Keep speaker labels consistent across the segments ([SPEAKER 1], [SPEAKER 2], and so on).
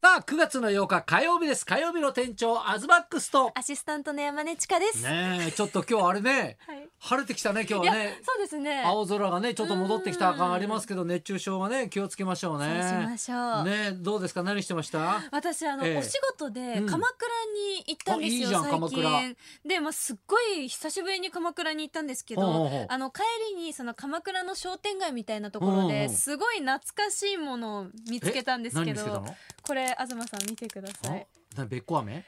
[SPEAKER 1] あ9月の8日火曜日です火曜日の店長アズマックスと
[SPEAKER 2] アシスタントの山根千佳です。
[SPEAKER 1] ねえちょっと今日あれね
[SPEAKER 2] はい。
[SPEAKER 1] 晴れてきたね今日
[SPEAKER 2] いや
[SPEAKER 1] はね
[SPEAKER 2] そうですね。
[SPEAKER 1] 青空がねちょっと戻ってきた感ありますけど熱中症はね気をつけましょう
[SPEAKER 2] そうしま
[SPEAKER 1] ね
[SPEAKER 2] しょう。
[SPEAKER 1] ねえどうですか何してました
[SPEAKER 2] 私あの、
[SPEAKER 1] ええ
[SPEAKER 2] お仕事で
[SPEAKER 1] うん
[SPEAKER 2] 鎌倉に行ったんですよ、
[SPEAKER 1] あいいじゃん
[SPEAKER 2] 最
[SPEAKER 1] 鎌倉
[SPEAKER 2] 近で、まあ、すっごい久しぶりに鎌倉に行ったんですけど
[SPEAKER 1] ほうほうほう
[SPEAKER 2] あの帰りにその鎌倉の商店街みたいなところ
[SPEAKER 1] うんう
[SPEAKER 2] で
[SPEAKER 1] ん
[SPEAKER 2] すごい懐かしいものを見つけたんです
[SPEAKER 1] 何
[SPEAKER 2] け
[SPEAKER 1] 見つけた
[SPEAKER 2] ど
[SPEAKER 1] の
[SPEAKER 2] これ東さん見てください
[SPEAKER 1] あなべっこ飴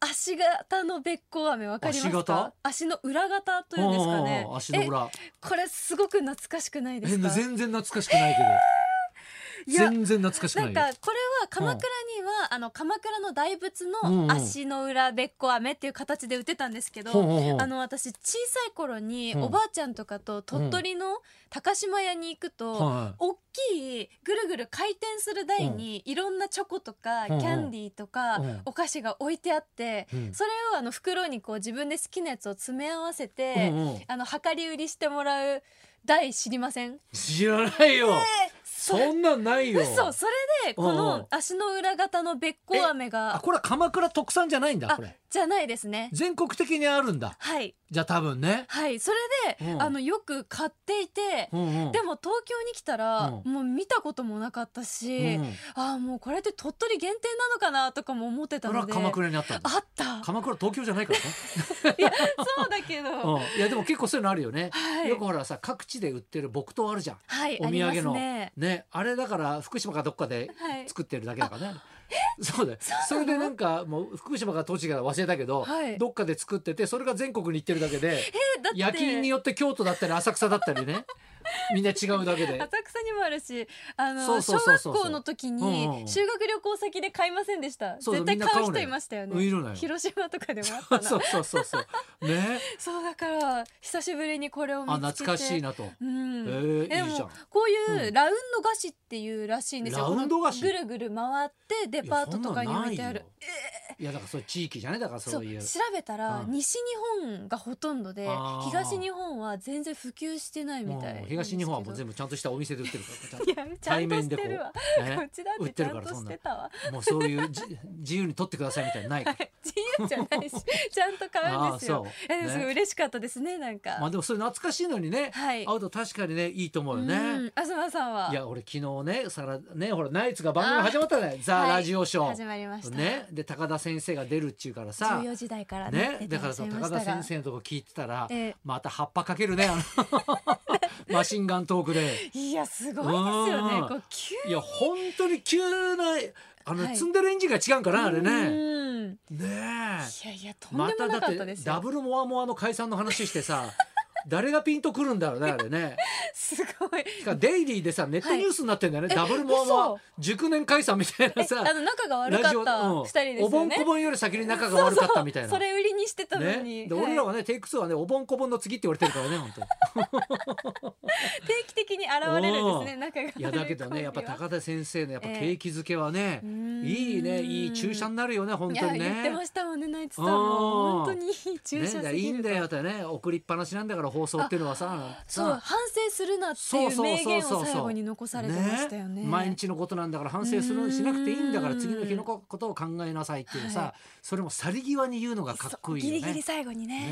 [SPEAKER 2] 足型のべっこ飴わかりますか
[SPEAKER 1] 足型
[SPEAKER 2] 足の裏型というんです
[SPEAKER 1] うん
[SPEAKER 2] かね
[SPEAKER 1] うんうん足の裏
[SPEAKER 2] えこれすごく懐かしくないで
[SPEAKER 1] え
[SPEAKER 2] すか
[SPEAKER 1] 全然懐かしくないけど、
[SPEAKER 2] いや
[SPEAKER 1] 全然懐かしく
[SPEAKER 2] な
[SPEAKER 1] ない
[SPEAKER 2] ん
[SPEAKER 1] よ
[SPEAKER 2] かこれは鎌倉には、あの鎌倉の大仏
[SPEAKER 1] うんうん
[SPEAKER 2] の足の裏べっこ飴っていう形で売ってたんですけど、
[SPEAKER 1] ほうほうほう
[SPEAKER 2] あの私小さい頃に
[SPEAKER 1] うん
[SPEAKER 2] おばあちゃんとかと鳥取の高島屋に行くと、
[SPEAKER 1] は
[SPEAKER 2] 大きいぐるぐる回転する台にいろんなチョコとかキ
[SPEAKER 1] うんうん
[SPEAKER 2] ャンディーとか
[SPEAKER 1] うん
[SPEAKER 2] お菓子が置いてあって
[SPEAKER 1] いうん
[SPEAKER 2] それをあの袋にこう自分で好きなやつを詰め合わせ
[SPEAKER 1] う
[SPEAKER 2] て
[SPEAKER 1] んうん
[SPEAKER 2] あの量り売りしてもらう台知りません
[SPEAKER 1] 知らないよ、
[SPEAKER 2] そ
[SPEAKER 1] そんなんないよ
[SPEAKER 2] 嘘それでこ
[SPEAKER 1] うんうん
[SPEAKER 2] の足の裏型のべっこ飴
[SPEAKER 1] あ
[SPEAKER 2] が
[SPEAKER 1] これは鎌倉特産じゃないんだ
[SPEAKER 2] あ
[SPEAKER 1] これ
[SPEAKER 2] じゃないですね
[SPEAKER 1] 全国的にあるんだ
[SPEAKER 2] はい
[SPEAKER 1] じゃあ多分ね、
[SPEAKER 2] はいそれで、
[SPEAKER 1] うん
[SPEAKER 2] あのよく買っていて、
[SPEAKER 1] うんうん
[SPEAKER 2] でも東京に来たら、
[SPEAKER 1] う
[SPEAKER 2] もう見たこともなかったし、
[SPEAKER 1] うん、
[SPEAKER 2] ああもうこれって鳥取限定なのかなとかも思ってた
[SPEAKER 1] それ
[SPEAKER 2] の
[SPEAKER 1] は
[SPEAKER 2] で
[SPEAKER 1] 鎌倉にあったんだ
[SPEAKER 2] あった
[SPEAKER 1] 鎌倉東京じゃないからね、
[SPEAKER 2] いやそうだけど、
[SPEAKER 1] うん、いやでも結構そういうのあるよね、
[SPEAKER 2] はい
[SPEAKER 1] よくほらさ各地で売ってる木刀あるじゃん
[SPEAKER 2] はい
[SPEAKER 1] お土産の
[SPEAKER 2] ありますね
[SPEAKER 1] ねあれだから福島かどっかで
[SPEAKER 2] はい
[SPEAKER 1] 作ってるだけだからね、そうだよ
[SPEAKER 2] うなの
[SPEAKER 1] それでなんかもう福島か栃木か忘れたけど、
[SPEAKER 2] はい
[SPEAKER 1] どっかで作っててそれが全国に行ってるだけで
[SPEAKER 2] えだって
[SPEAKER 1] 夜勤によって京都だったり浅草だったりねみんな違うだけ で
[SPEAKER 2] 浅草にもあるしあの
[SPEAKER 1] そうそうそうそう
[SPEAKER 2] 小学校の時
[SPEAKER 1] うんうんう
[SPEAKER 2] に
[SPEAKER 1] ん
[SPEAKER 2] 修学旅行先で買いませんでした、
[SPEAKER 1] そうそう
[SPEAKER 2] 絶対
[SPEAKER 1] みんな買
[SPEAKER 2] 買
[SPEAKER 1] う
[SPEAKER 2] う
[SPEAKER 1] のよ
[SPEAKER 2] 人いましたよ
[SPEAKER 1] い
[SPEAKER 2] ね
[SPEAKER 1] るのよ
[SPEAKER 2] 広島とかでもあったな
[SPEAKER 1] そうそうそうそうね
[SPEAKER 2] そうだから久しぶりにこれを見つ
[SPEAKER 1] あ
[SPEAKER 2] けて
[SPEAKER 1] 懐かしいなと、
[SPEAKER 2] うん、
[SPEAKER 1] え
[SPEAKER 2] え
[SPEAKER 1] ー
[SPEAKER 2] で
[SPEAKER 1] いいじゃん
[SPEAKER 2] もこういううんラウンド菓子っていうらしいんですよ、
[SPEAKER 1] ラウンド菓子
[SPEAKER 2] このぐるぐる回ってデパートとかに置いてある
[SPEAKER 1] いやだからそういう地域じゃねだから
[SPEAKER 2] そ
[SPEAKER 1] そうういう
[SPEAKER 2] 調べたら
[SPEAKER 1] うん
[SPEAKER 2] 西日本がほとんどで
[SPEAKER 1] あー
[SPEAKER 2] 東日本は全然普及してないみたいなん
[SPEAKER 1] も
[SPEAKER 2] ですけ
[SPEAKER 1] う
[SPEAKER 2] ど
[SPEAKER 1] 東日本はもう全部ちゃんとしたお店で売ってるからちゃ んと
[SPEAKER 2] いやちゃんとしてるわこ
[SPEAKER 1] ね
[SPEAKER 2] っちだっ
[SPEAKER 1] 売ってて
[SPEAKER 2] ち
[SPEAKER 1] るか
[SPEAKER 2] ゃん
[SPEAKER 1] ら
[SPEAKER 2] と
[SPEAKER 1] そん
[SPEAKER 2] し
[SPEAKER 1] な
[SPEAKER 2] てたわ
[SPEAKER 1] もうそういうじ自由に取ってくださいみたいなの ないか
[SPEAKER 2] はい自由じゃな いしちゃんと買
[SPEAKER 1] ら。
[SPEAKER 2] うんですよ
[SPEAKER 1] そう
[SPEAKER 2] えでもすごい
[SPEAKER 1] ね
[SPEAKER 2] 嬉しかったですねなんか、
[SPEAKER 1] まあでもそれ懐かしいのにね、
[SPEAKER 2] はい
[SPEAKER 1] 会うと確かにねいいと思うよね。
[SPEAKER 2] うん東さんはい
[SPEAKER 1] や俺昨日ねさらねほらナイツが番組始まったねザラジオショー。
[SPEAKER 2] 始まりました
[SPEAKER 1] ねで高田先生が出るっていうからさ。
[SPEAKER 2] 14時代からね
[SPEAKER 1] ね、だからその高田先生のとこ聞いてたら、
[SPEAKER 2] え
[SPEAKER 1] また葉っぱかけるねあの マシンガントークで
[SPEAKER 2] いやすごいですよ
[SPEAKER 1] うん
[SPEAKER 2] ねこう急
[SPEAKER 1] いや本当に急なあの、
[SPEAKER 2] はい
[SPEAKER 1] 積んでるエンジンが違うんかなあれ
[SPEAKER 2] う
[SPEAKER 1] ね
[SPEAKER 2] ん
[SPEAKER 1] ねえ
[SPEAKER 2] いやいやとん
[SPEAKER 1] ま
[SPEAKER 2] で
[SPEAKER 1] た
[SPEAKER 2] も
[SPEAKER 1] だ
[SPEAKER 2] な
[SPEAKER 1] っ
[SPEAKER 2] かった
[SPEAKER 1] て
[SPEAKER 2] ですよ、
[SPEAKER 1] ダブルモアモアの解散の話して さ誰がピンとくるんだろうねあれね
[SPEAKER 2] すごい
[SPEAKER 1] しかもデイリーでさネットニュースになってんだよね、
[SPEAKER 2] は
[SPEAKER 1] ダ
[SPEAKER 2] い
[SPEAKER 1] ブルモアモア
[SPEAKER 2] 嘘
[SPEAKER 1] 熟年解散みたいなさ
[SPEAKER 2] あの仲が悪か
[SPEAKER 1] ラジ
[SPEAKER 2] っ
[SPEAKER 1] オ
[SPEAKER 2] た
[SPEAKER 1] うん
[SPEAKER 2] 二人で
[SPEAKER 1] お
[SPEAKER 2] すよ
[SPEAKER 1] ぼん
[SPEAKER 2] ね
[SPEAKER 1] こぼんより先に仲が悪かったみたいな
[SPEAKER 2] そうそれ売りにしてたの
[SPEAKER 1] ね
[SPEAKER 2] に、
[SPEAKER 1] で
[SPEAKER 2] はい
[SPEAKER 1] 俺らはねテイク2はねおぼんこぼんの次って言われてるからね本当
[SPEAKER 2] 定期的に現れるんですね仲が悪
[SPEAKER 1] いやだけどねやっぱ
[SPEAKER 2] 高
[SPEAKER 1] 高田先生のやっぱ
[SPEAKER 2] え
[SPEAKER 1] 景
[SPEAKER 2] え
[SPEAKER 1] 気づけはね、いいねいい注射になるよね本
[SPEAKER 2] い
[SPEAKER 1] 当
[SPEAKER 2] や
[SPEAKER 1] に
[SPEAKER 2] 言って
[SPEAKER 1] ね
[SPEAKER 2] ま。したもんねナイツさん
[SPEAKER 1] うん
[SPEAKER 2] も本当にいい注
[SPEAKER 1] ね、だか
[SPEAKER 2] 射すぎると
[SPEAKER 1] らいいんだよってね送りっぱなしなんだから放送っていうのはさなんて
[SPEAKER 2] そう
[SPEAKER 1] さ
[SPEAKER 2] 反省するなっていう名言を最後に残されてましたよね
[SPEAKER 1] 毎日のことなんだから反省するしなくていいんだから
[SPEAKER 2] うん
[SPEAKER 1] 次の日のことを考えなさいっていうさ、
[SPEAKER 2] は
[SPEAKER 1] それも去り際に言うのがかっこいいよ
[SPEAKER 2] そう
[SPEAKER 1] ね。
[SPEAKER 2] ギリギリ最後にね
[SPEAKER 1] ね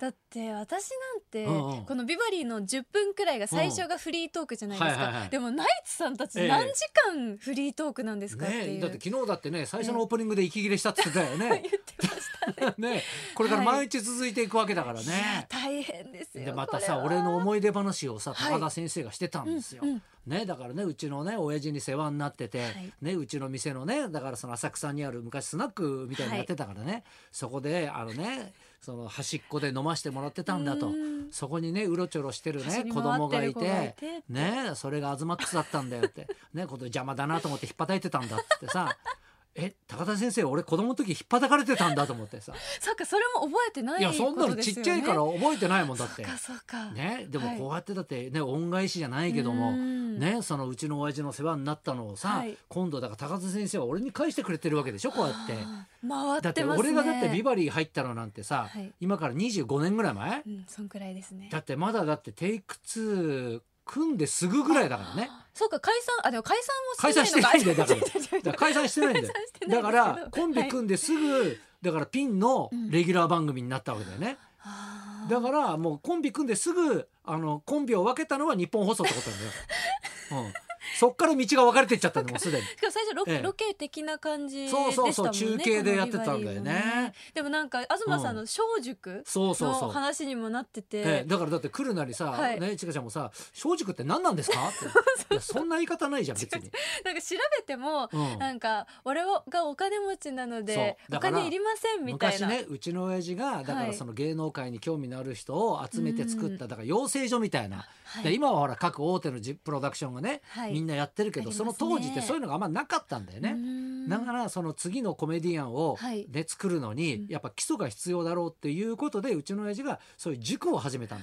[SPEAKER 2] だって私なんて、
[SPEAKER 1] うんうん
[SPEAKER 2] このビバリーの10分くらいが最初がフリートークじゃないですか、
[SPEAKER 1] うんはいはいはい
[SPEAKER 2] でもナイツさんたち
[SPEAKER 1] ええ
[SPEAKER 2] 何時間フリートークなんですかっていう、
[SPEAKER 1] ねだって昨日だってね最初のオープニングで息切れしたって言ってたよ
[SPEAKER 2] 言っ
[SPEAKER 1] ね。
[SPEAKER 2] てましたね
[SPEAKER 1] ねこれから毎日続いていくわけだから
[SPEAKER 2] いや
[SPEAKER 1] ね。
[SPEAKER 2] 大変ですよ
[SPEAKER 1] でまたさ
[SPEAKER 2] こ
[SPEAKER 1] 俺
[SPEAKER 2] れは
[SPEAKER 1] の思い出話をさ
[SPEAKER 2] はい
[SPEAKER 1] 高田先生がしてたんですよ。
[SPEAKER 2] うんうん
[SPEAKER 1] ね、だからねうちのね親父に世話になってて、
[SPEAKER 2] い
[SPEAKER 1] ね、うちの店のねだからその浅草にある昔スナックみたいなのやってたからね、そこであのねその端っこで飲ましてもらってたんだと
[SPEAKER 2] うん
[SPEAKER 1] そこにねうろちょろしてる
[SPEAKER 2] 走
[SPEAKER 1] ね
[SPEAKER 2] り
[SPEAKER 1] 子供が
[SPEAKER 2] 回
[SPEAKER 1] い
[SPEAKER 2] ってる
[SPEAKER 1] て
[SPEAKER 2] 子がいて
[SPEAKER 1] ね、それがアズマックスだったんだよって、ね、こと邪魔だなと思って引っ叩いてたんだっつってさえ高田先生俺子供の時引っ叩かれてたんだと思ってさ
[SPEAKER 2] そっかそれも覚えてない
[SPEAKER 1] いやそんなの
[SPEAKER 2] ことで
[SPEAKER 1] ちっ
[SPEAKER 2] す
[SPEAKER 1] ちゃいから
[SPEAKER 2] よね
[SPEAKER 1] 覚えてないもんだっ
[SPEAKER 2] そ
[SPEAKER 1] て
[SPEAKER 2] っ。かそっか
[SPEAKER 1] ね、でも
[SPEAKER 2] はい
[SPEAKER 1] こうやってだってね、恩返しじゃないけども、
[SPEAKER 2] うん
[SPEAKER 1] ね、そのうちの親父の世話になったのをさ、
[SPEAKER 2] はい
[SPEAKER 1] 今度だから高津先生は俺に返してくれてるわけでしょこうやって。だ
[SPEAKER 2] あ回
[SPEAKER 1] っ
[SPEAKER 2] っててますね
[SPEAKER 1] 俺がだってビバリー入ったのなんてさ、
[SPEAKER 2] はい
[SPEAKER 1] 今から25年ぐらい前、
[SPEAKER 2] うんそんくらいですね
[SPEAKER 1] だってまだだってテイク2組んですぐぐらいだからね
[SPEAKER 2] そうか解散あでも解散も
[SPEAKER 1] 解散してないんだよだ からだから解
[SPEAKER 2] 解
[SPEAKER 1] 散してないんだよ
[SPEAKER 2] 散してない
[SPEAKER 1] だか
[SPEAKER 2] んですけど
[SPEAKER 1] らコンビ組んですぐだからピンのレギュラー番組になったわけだよね、
[SPEAKER 2] はい
[SPEAKER 1] だからもうコンビ組んですぐあのコンビを分けたのは日本放送ってことなんだよ、うん、 そっから道が分かれてっちゃったのもうすでに
[SPEAKER 2] しかも最初ロ,、
[SPEAKER 1] ええ
[SPEAKER 2] ロケ的な感じでしたも
[SPEAKER 1] そ
[SPEAKER 2] ん
[SPEAKER 1] う
[SPEAKER 2] ね
[SPEAKER 1] そうそう中継でやってた
[SPEAKER 2] この
[SPEAKER 1] ん
[SPEAKER 2] リ
[SPEAKER 1] だ
[SPEAKER 2] バ
[SPEAKER 1] よ
[SPEAKER 2] イバルも
[SPEAKER 1] ね
[SPEAKER 2] でもなんか東さんの小塾
[SPEAKER 1] そうそうそ
[SPEAKER 2] の
[SPEAKER 1] う
[SPEAKER 2] 話にもなってて、
[SPEAKER 1] ええ、だからだって来るなりさ、
[SPEAKER 2] はい
[SPEAKER 1] ねちかちゃんもさ「松竹って何なんです か?」っていやそんな言い方ないじゃん別に。
[SPEAKER 2] なんか調べても、
[SPEAKER 1] うん
[SPEAKER 2] なんか俺がお金持ちなので
[SPEAKER 1] そうだ
[SPEAKER 2] お
[SPEAKER 1] から
[SPEAKER 2] 金いりませ んみたい
[SPEAKER 1] 昔
[SPEAKER 2] な、
[SPEAKER 1] ねうちの親父がだか
[SPEAKER 2] は
[SPEAKER 1] ら
[SPEAKER 2] い
[SPEAKER 1] その芸能界に興味のある人を集めて作っただから養成所みたいな、
[SPEAKER 2] はい
[SPEAKER 1] で今はほら各大手のじプロダクションがね、
[SPEAKER 2] はい
[SPEAKER 1] みんなやってるけど、
[SPEAKER 2] あり
[SPEAKER 1] そ
[SPEAKER 2] ま
[SPEAKER 1] の
[SPEAKER 2] すね
[SPEAKER 1] 当時ってそういうのがあんまなかったんだよね。だ
[SPEAKER 2] ね
[SPEAKER 1] からその次のコメディアンを、
[SPEAKER 2] はい
[SPEAKER 1] ね作るの
[SPEAKER 2] う
[SPEAKER 1] に
[SPEAKER 2] ん
[SPEAKER 1] やっぱ基礎が必要だろうっていうことでうちの親父がそういう塾を始めたの。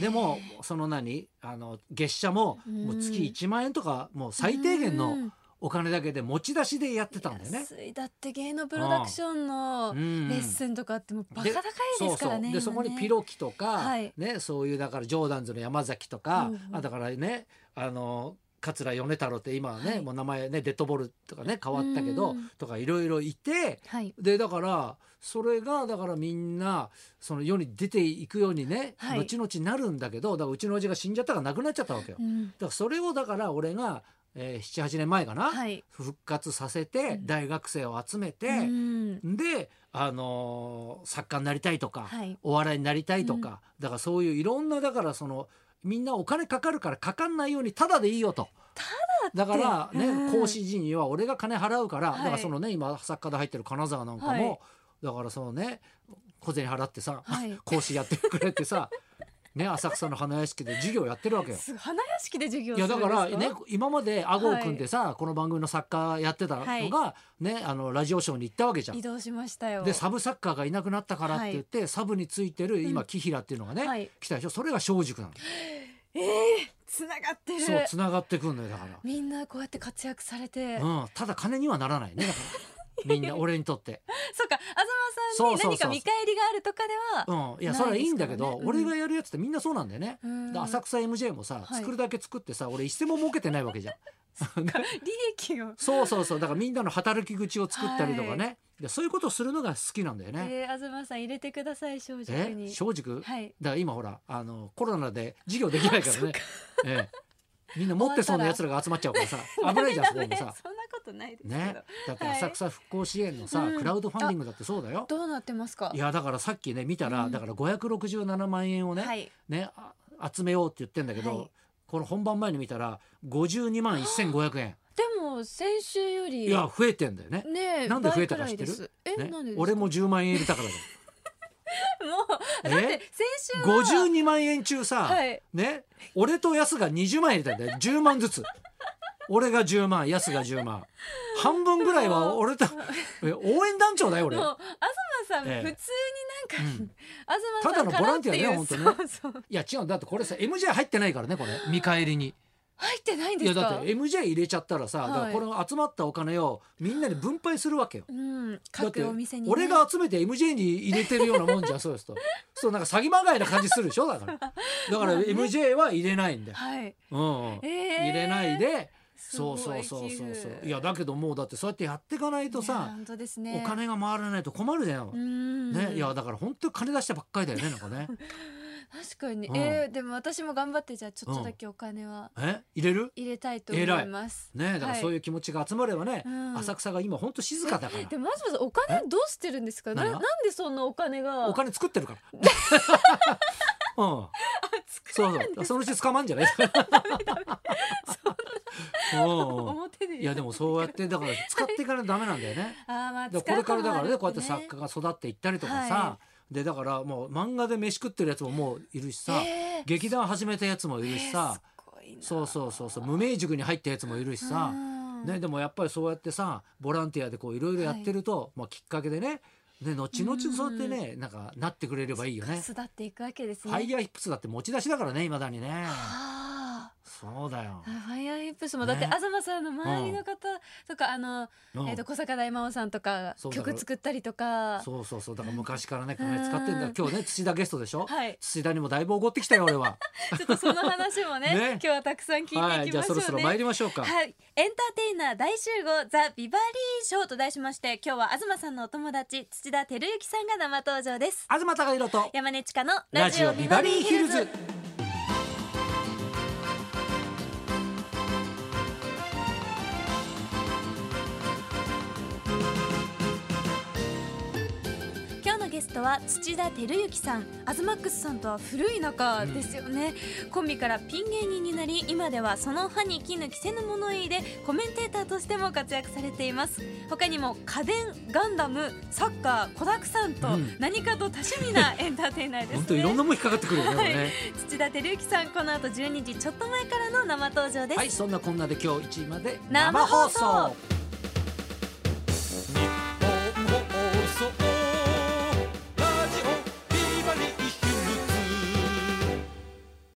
[SPEAKER 1] でもその何あの月謝ももう月
[SPEAKER 2] うん
[SPEAKER 1] 1万円とかもう最低限のお金だけで持ち出しでやってたんだよね。
[SPEAKER 2] 安いだって芸能プロダクションの
[SPEAKER 1] う
[SPEAKER 2] レ
[SPEAKER 1] ん
[SPEAKER 2] ッスンとかってもうバカ高いですからね
[SPEAKER 1] でそ
[SPEAKER 2] 今
[SPEAKER 1] こ
[SPEAKER 2] ね
[SPEAKER 1] にピロキとか、
[SPEAKER 2] はい
[SPEAKER 1] ね、そういうだからジョーダンズの山崎とか、
[SPEAKER 2] うんうん
[SPEAKER 1] あだからねあの桂米太郎って今はね、
[SPEAKER 2] はい
[SPEAKER 1] もう名前ねデッドボールとかね変わったけど、
[SPEAKER 2] うん
[SPEAKER 1] とかいろいろいて
[SPEAKER 2] はい
[SPEAKER 1] でだからそれがだからみんなその世に出ていくようにね、
[SPEAKER 2] はい
[SPEAKER 1] 後々なるんだけどだからうちのおじが死んじゃったからなくなっちゃったわけよ。
[SPEAKER 2] うん
[SPEAKER 1] だからそれをだから俺が、えー、78年前かな、
[SPEAKER 2] はい
[SPEAKER 1] 復活させて
[SPEAKER 2] うん
[SPEAKER 1] 大学生を集めて。
[SPEAKER 2] うん
[SPEAKER 1] で、あのー作家になりたいとか、
[SPEAKER 2] はい
[SPEAKER 1] お笑いになりたいとか、だからそういういろんなだからそのみんなお金かかるからかかんないようにただでいいよと。だからね、
[SPEAKER 2] うん
[SPEAKER 1] 講師陣には俺が金払うから、
[SPEAKER 2] はい
[SPEAKER 1] だからそのね今作家で入ってる金沢なんかも、
[SPEAKER 2] はい
[SPEAKER 1] だからそのね小銭払ってさ、
[SPEAKER 2] はい
[SPEAKER 1] 講師やってくれって さ、ね、浅草の花屋敷で授業やってるわけよ。
[SPEAKER 2] す花屋敷で授業
[SPEAKER 1] い
[SPEAKER 2] する
[SPEAKER 1] や
[SPEAKER 2] んで
[SPEAKER 1] だ
[SPEAKER 2] す
[SPEAKER 1] か
[SPEAKER 2] から
[SPEAKER 1] ね今まで顎を組んでさ、この番組の作家やってたのが、ねあのラジオショーに行ったわけじゃん
[SPEAKER 2] 移。動しましたよ
[SPEAKER 1] でサブサッカーがいなくなったからって言って、サブについてる今紀平っていうのがね、
[SPEAKER 2] はい
[SPEAKER 1] 来たでしょそれが小塾なの
[SPEAKER 2] ええつながってる
[SPEAKER 1] そうつながってくるのよだから、
[SPEAKER 2] みんなこうやって活躍されて、
[SPEAKER 1] うん、ただ金にはなら ないねだからみんな俺にとって、
[SPEAKER 2] そうか東さん
[SPEAKER 1] そ
[SPEAKER 2] に
[SPEAKER 1] うそうそう
[SPEAKER 2] 何か見返りがあるとかでは
[SPEAKER 1] うん、いや
[SPEAKER 2] ないですからね
[SPEAKER 1] それはいいんだけど、
[SPEAKER 2] うん
[SPEAKER 1] 俺がやるやつってみんなそうなんだよね、
[SPEAKER 2] うん
[SPEAKER 1] で浅草 MJ もさ、
[SPEAKER 2] はい
[SPEAKER 1] 作るだけ作ってさ俺一銭も儲けてないわけじゃ ん
[SPEAKER 2] 利益を、
[SPEAKER 1] そうそうそうだからみんなの働き口を作ったりとかね、でそういうことをするのが好きなんだよね、
[SPEAKER 2] えー、東さん入れてください正直
[SPEAKER 1] え
[SPEAKER 2] に
[SPEAKER 1] 小塾、
[SPEAKER 2] はい
[SPEAKER 1] だから今ほらあのコロナで授業できないからね、ええ、みんな持ってそうなやつらが集まっちゃう からさ危ないじゃんそこも
[SPEAKER 2] ねそん
[SPEAKER 1] さ
[SPEAKER 2] な。ことないですけど、
[SPEAKER 1] ね、だって浅草復興支援のさ、
[SPEAKER 2] はいうん
[SPEAKER 1] クラウドファンディングだってそうだよ。
[SPEAKER 2] どうなってますか
[SPEAKER 1] いやだからさっきね見たら、
[SPEAKER 2] うん
[SPEAKER 1] だから567万円をね,、
[SPEAKER 2] はい
[SPEAKER 1] ねあ集めようって言ってんだけど、
[SPEAKER 2] はい
[SPEAKER 1] この本番前に見たら52万1500円
[SPEAKER 2] でも先週より
[SPEAKER 1] いや増えてんだよね。
[SPEAKER 2] ねえ
[SPEAKER 1] なんで増えたか知ってる
[SPEAKER 2] 倍くらいですえ、
[SPEAKER 1] ね
[SPEAKER 2] なんでですか
[SPEAKER 1] 俺
[SPEAKER 2] も
[SPEAKER 1] も10万円入れたからだよ。
[SPEAKER 2] う だって先週は
[SPEAKER 1] 52万円中さ、
[SPEAKER 2] はい
[SPEAKER 1] ね俺と安が20万円入れたんだよ10万ずつ俺が10万安が10万半分ぐらいは俺とえ応援団長だよ俺
[SPEAKER 2] もう東さん、
[SPEAKER 1] ええ
[SPEAKER 2] 普通になんか、
[SPEAKER 1] うん
[SPEAKER 2] 東さん
[SPEAKER 1] ただのボランティアね
[SPEAKER 2] からっていう
[SPEAKER 1] 本当
[SPEAKER 2] そうそう
[SPEAKER 1] いや違うんだってこれさ MJ 入ってないからねこれ見返りに
[SPEAKER 2] 入ってないん
[SPEAKER 1] い
[SPEAKER 2] で
[SPEAKER 1] や
[SPEAKER 2] すか
[SPEAKER 1] だって MJ 入れちゃったらさ、
[SPEAKER 2] はい
[SPEAKER 1] だからこの集まったお金をみんなに分配するわけよ
[SPEAKER 2] うん
[SPEAKER 1] だって
[SPEAKER 2] 各お店に、ね、
[SPEAKER 1] 俺が集めて MJ に入れてるようなもんじゃんそう ですとそうなんか詐欺まがいな感じするでしょだからだから
[SPEAKER 2] まあね
[SPEAKER 1] MJ は入れないんだよ、
[SPEAKER 2] はい、
[SPEAKER 1] うんうん
[SPEAKER 2] えー
[SPEAKER 1] 入れないで
[SPEAKER 2] す
[SPEAKER 1] そ
[SPEAKER 2] ご
[SPEAKER 1] う
[SPEAKER 2] い
[SPEAKER 1] そうそうそうそう
[SPEAKER 2] 寄付
[SPEAKER 1] いやだけどもうだってそうやってやっていかないと
[SPEAKER 2] いや
[SPEAKER 1] さ
[SPEAKER 2] 本当ですね
[SPEAKER 1] お金が回らないと困るじゃん、
[SPEAKER 2] うん
[SPEAKER 1] ねいやだから本当に金出してばっかりだよねなんかね
[SPEAKER 2] 確かに、
[SPEAKER 1] うん
[SPEAKER 2] えーでも私も頑張ってじゃあちょっとだけお金は
[SPEAKER 1] え入れる
[SPEAKER 2] 入れたいと思います、
[SPEAKER 1] ねだからそういう気持ちが集まればね、
[SPEAKER 2] うん
[SPEAKER 1] 浅草が今本当静かだから
[SPEAKER 2] でもマジでお金どうしてるんですかな
[SPEAKER 1] 何が
[SPEAKER 2] なんでそんなお金 が
[SPEAKER 1] お金作ってるからうん
[SPEAKER 2] 作
[SPEAKER 1] そ
[SPEAKER 2] れ
[SPEAKER 1] う
[SPEAKER 2] るん
[SPEAKER 1] そ
[SPEAKER 2] で
[SPEAKER 1] う
[SPEAKER 2] す
[SPEAKER 1] そのうち捕まん じゃないうんうん
[SPEAKER 2] 表で
[SPEAKER 1] いやでもそうやってだから使っていかないとダメなんだよね
[SPEAKER 2] あーまあ
[SPEAKER 1] でこれからだからねこうやって
[SPEAKER 2] 使う
[SPEAKER 1] 作
[SPEAKER 2] と
[SPEAKER 1] 家が育っていったりとかさ、
[SPEAKER 2] は
[SPEAKER 1] でだからもう漫画で飯食ってるやつももういるしさ、
[SPEAKER 2] えー
[SPEAKER 1] 劇団始めたやつもいるしさ、
[SPEAKER 2] えーすごいな
[SPEAKER 1] そうそうそうそう無名塾に入ったやつもいるしさ、
[SPEAKER 2] うん
[SPEAKER 1] ね、でもやっぱりそうやってさボランティアでこういろいろやってると、まあ、きっかけでねね後々そうやってね、なんかなってくれればいいよね。
[SPEAKER 2] 育っていくわけですね
[SPEAKER 1] ハイヤーヒップスだって持ち出しだからねいまだにね。
[SPEAKER 2] あ
[SPEAKER 1] そうだよ
[SPEAKER 2] あ。ファイヤーヒップスもだって
[SPEAKER 1] ね
[SPEAKER 2] 東さんの周りの方とか、あの、
[SPEAKER 1] うん
[SPEAKER 2] えっと小坂大魔王さんとか
[SPEAKER 1] そうだから
[SPEAKER 2] 曲作ったりとか
[SPEAKER 1] そうそうそうだから昔からね金使ってん
[SPEAKER 2] う
[SPEAKER 1] だ
[SPEAKER 2] ん
[SPEAKER 1] 今日ね土田ゲストでしょ
[SPEAKER 2] はい
[SPEAKER 1] 土田にもだいぶ怒ってきたよ俺は
[SPEAKER 2] ちょっとその話もね
[SPEAKER 1] ね
[SPEAKER 2] 今日はたくさん聞いていきましょうね、
[SPEAKER 1] はいじゃあそろそろ参りましょうか
[SPEAKER 2] はい、エンターテイナー大集合ザ・ビバリーショーと題しまして今日は東さんのお友達土田照之さんが生登場です
[SPEAKER 1] 東貴弘と
[SPEAKER 2] 山根千佳の
[SPEAKER 1] ラ
[SPEAKER 2] ラ
[SPEAKER 1] ジ
[SPEAKER 2] ジ
[SPEAKER 1] オ
[SPEAKER 2] オ
[SPEAKER 1] ビ
[SPEAKER 2] ビ
[SPEAKER 1] バ
[SPEAKER 2] バ
[SPEAKER 1] リ
[SPEAKER 2] リ
[SPEAKER 1] ー
[SPEAKER 2] ー
[SPEAKER 1] ヒ
[SPEAKER 2] ヒ
[SPEAKER 1] ル
[SPEAKER 2] ル
[SPEAKER 1] ズ
[SPEAKER 2] ズ今日のゲストは土田照之さんアズマックスさんとは古い仲ですよね、コンビからピン芸人になり今ではその歯に衣着せぬ物言いでコメンテーターとしても活躍されています他にも家電ガンダムサッカー子だくさんと
[SPEAKER 1] うん
[SPEAKER 2] 何かと多趣味なエンターテイナーですね
[SPEAKER 1] 本当いろんなもん引っかかってくるよねこれね
[SPEAKER 2] 土田照之さんこの後12時ちょっと前からの生登場です、
[SPEAKER 1] はいそんなこんなで今日1位まで
[SPEAKER 2] 生放送
[SPEAKER 1] 日本放送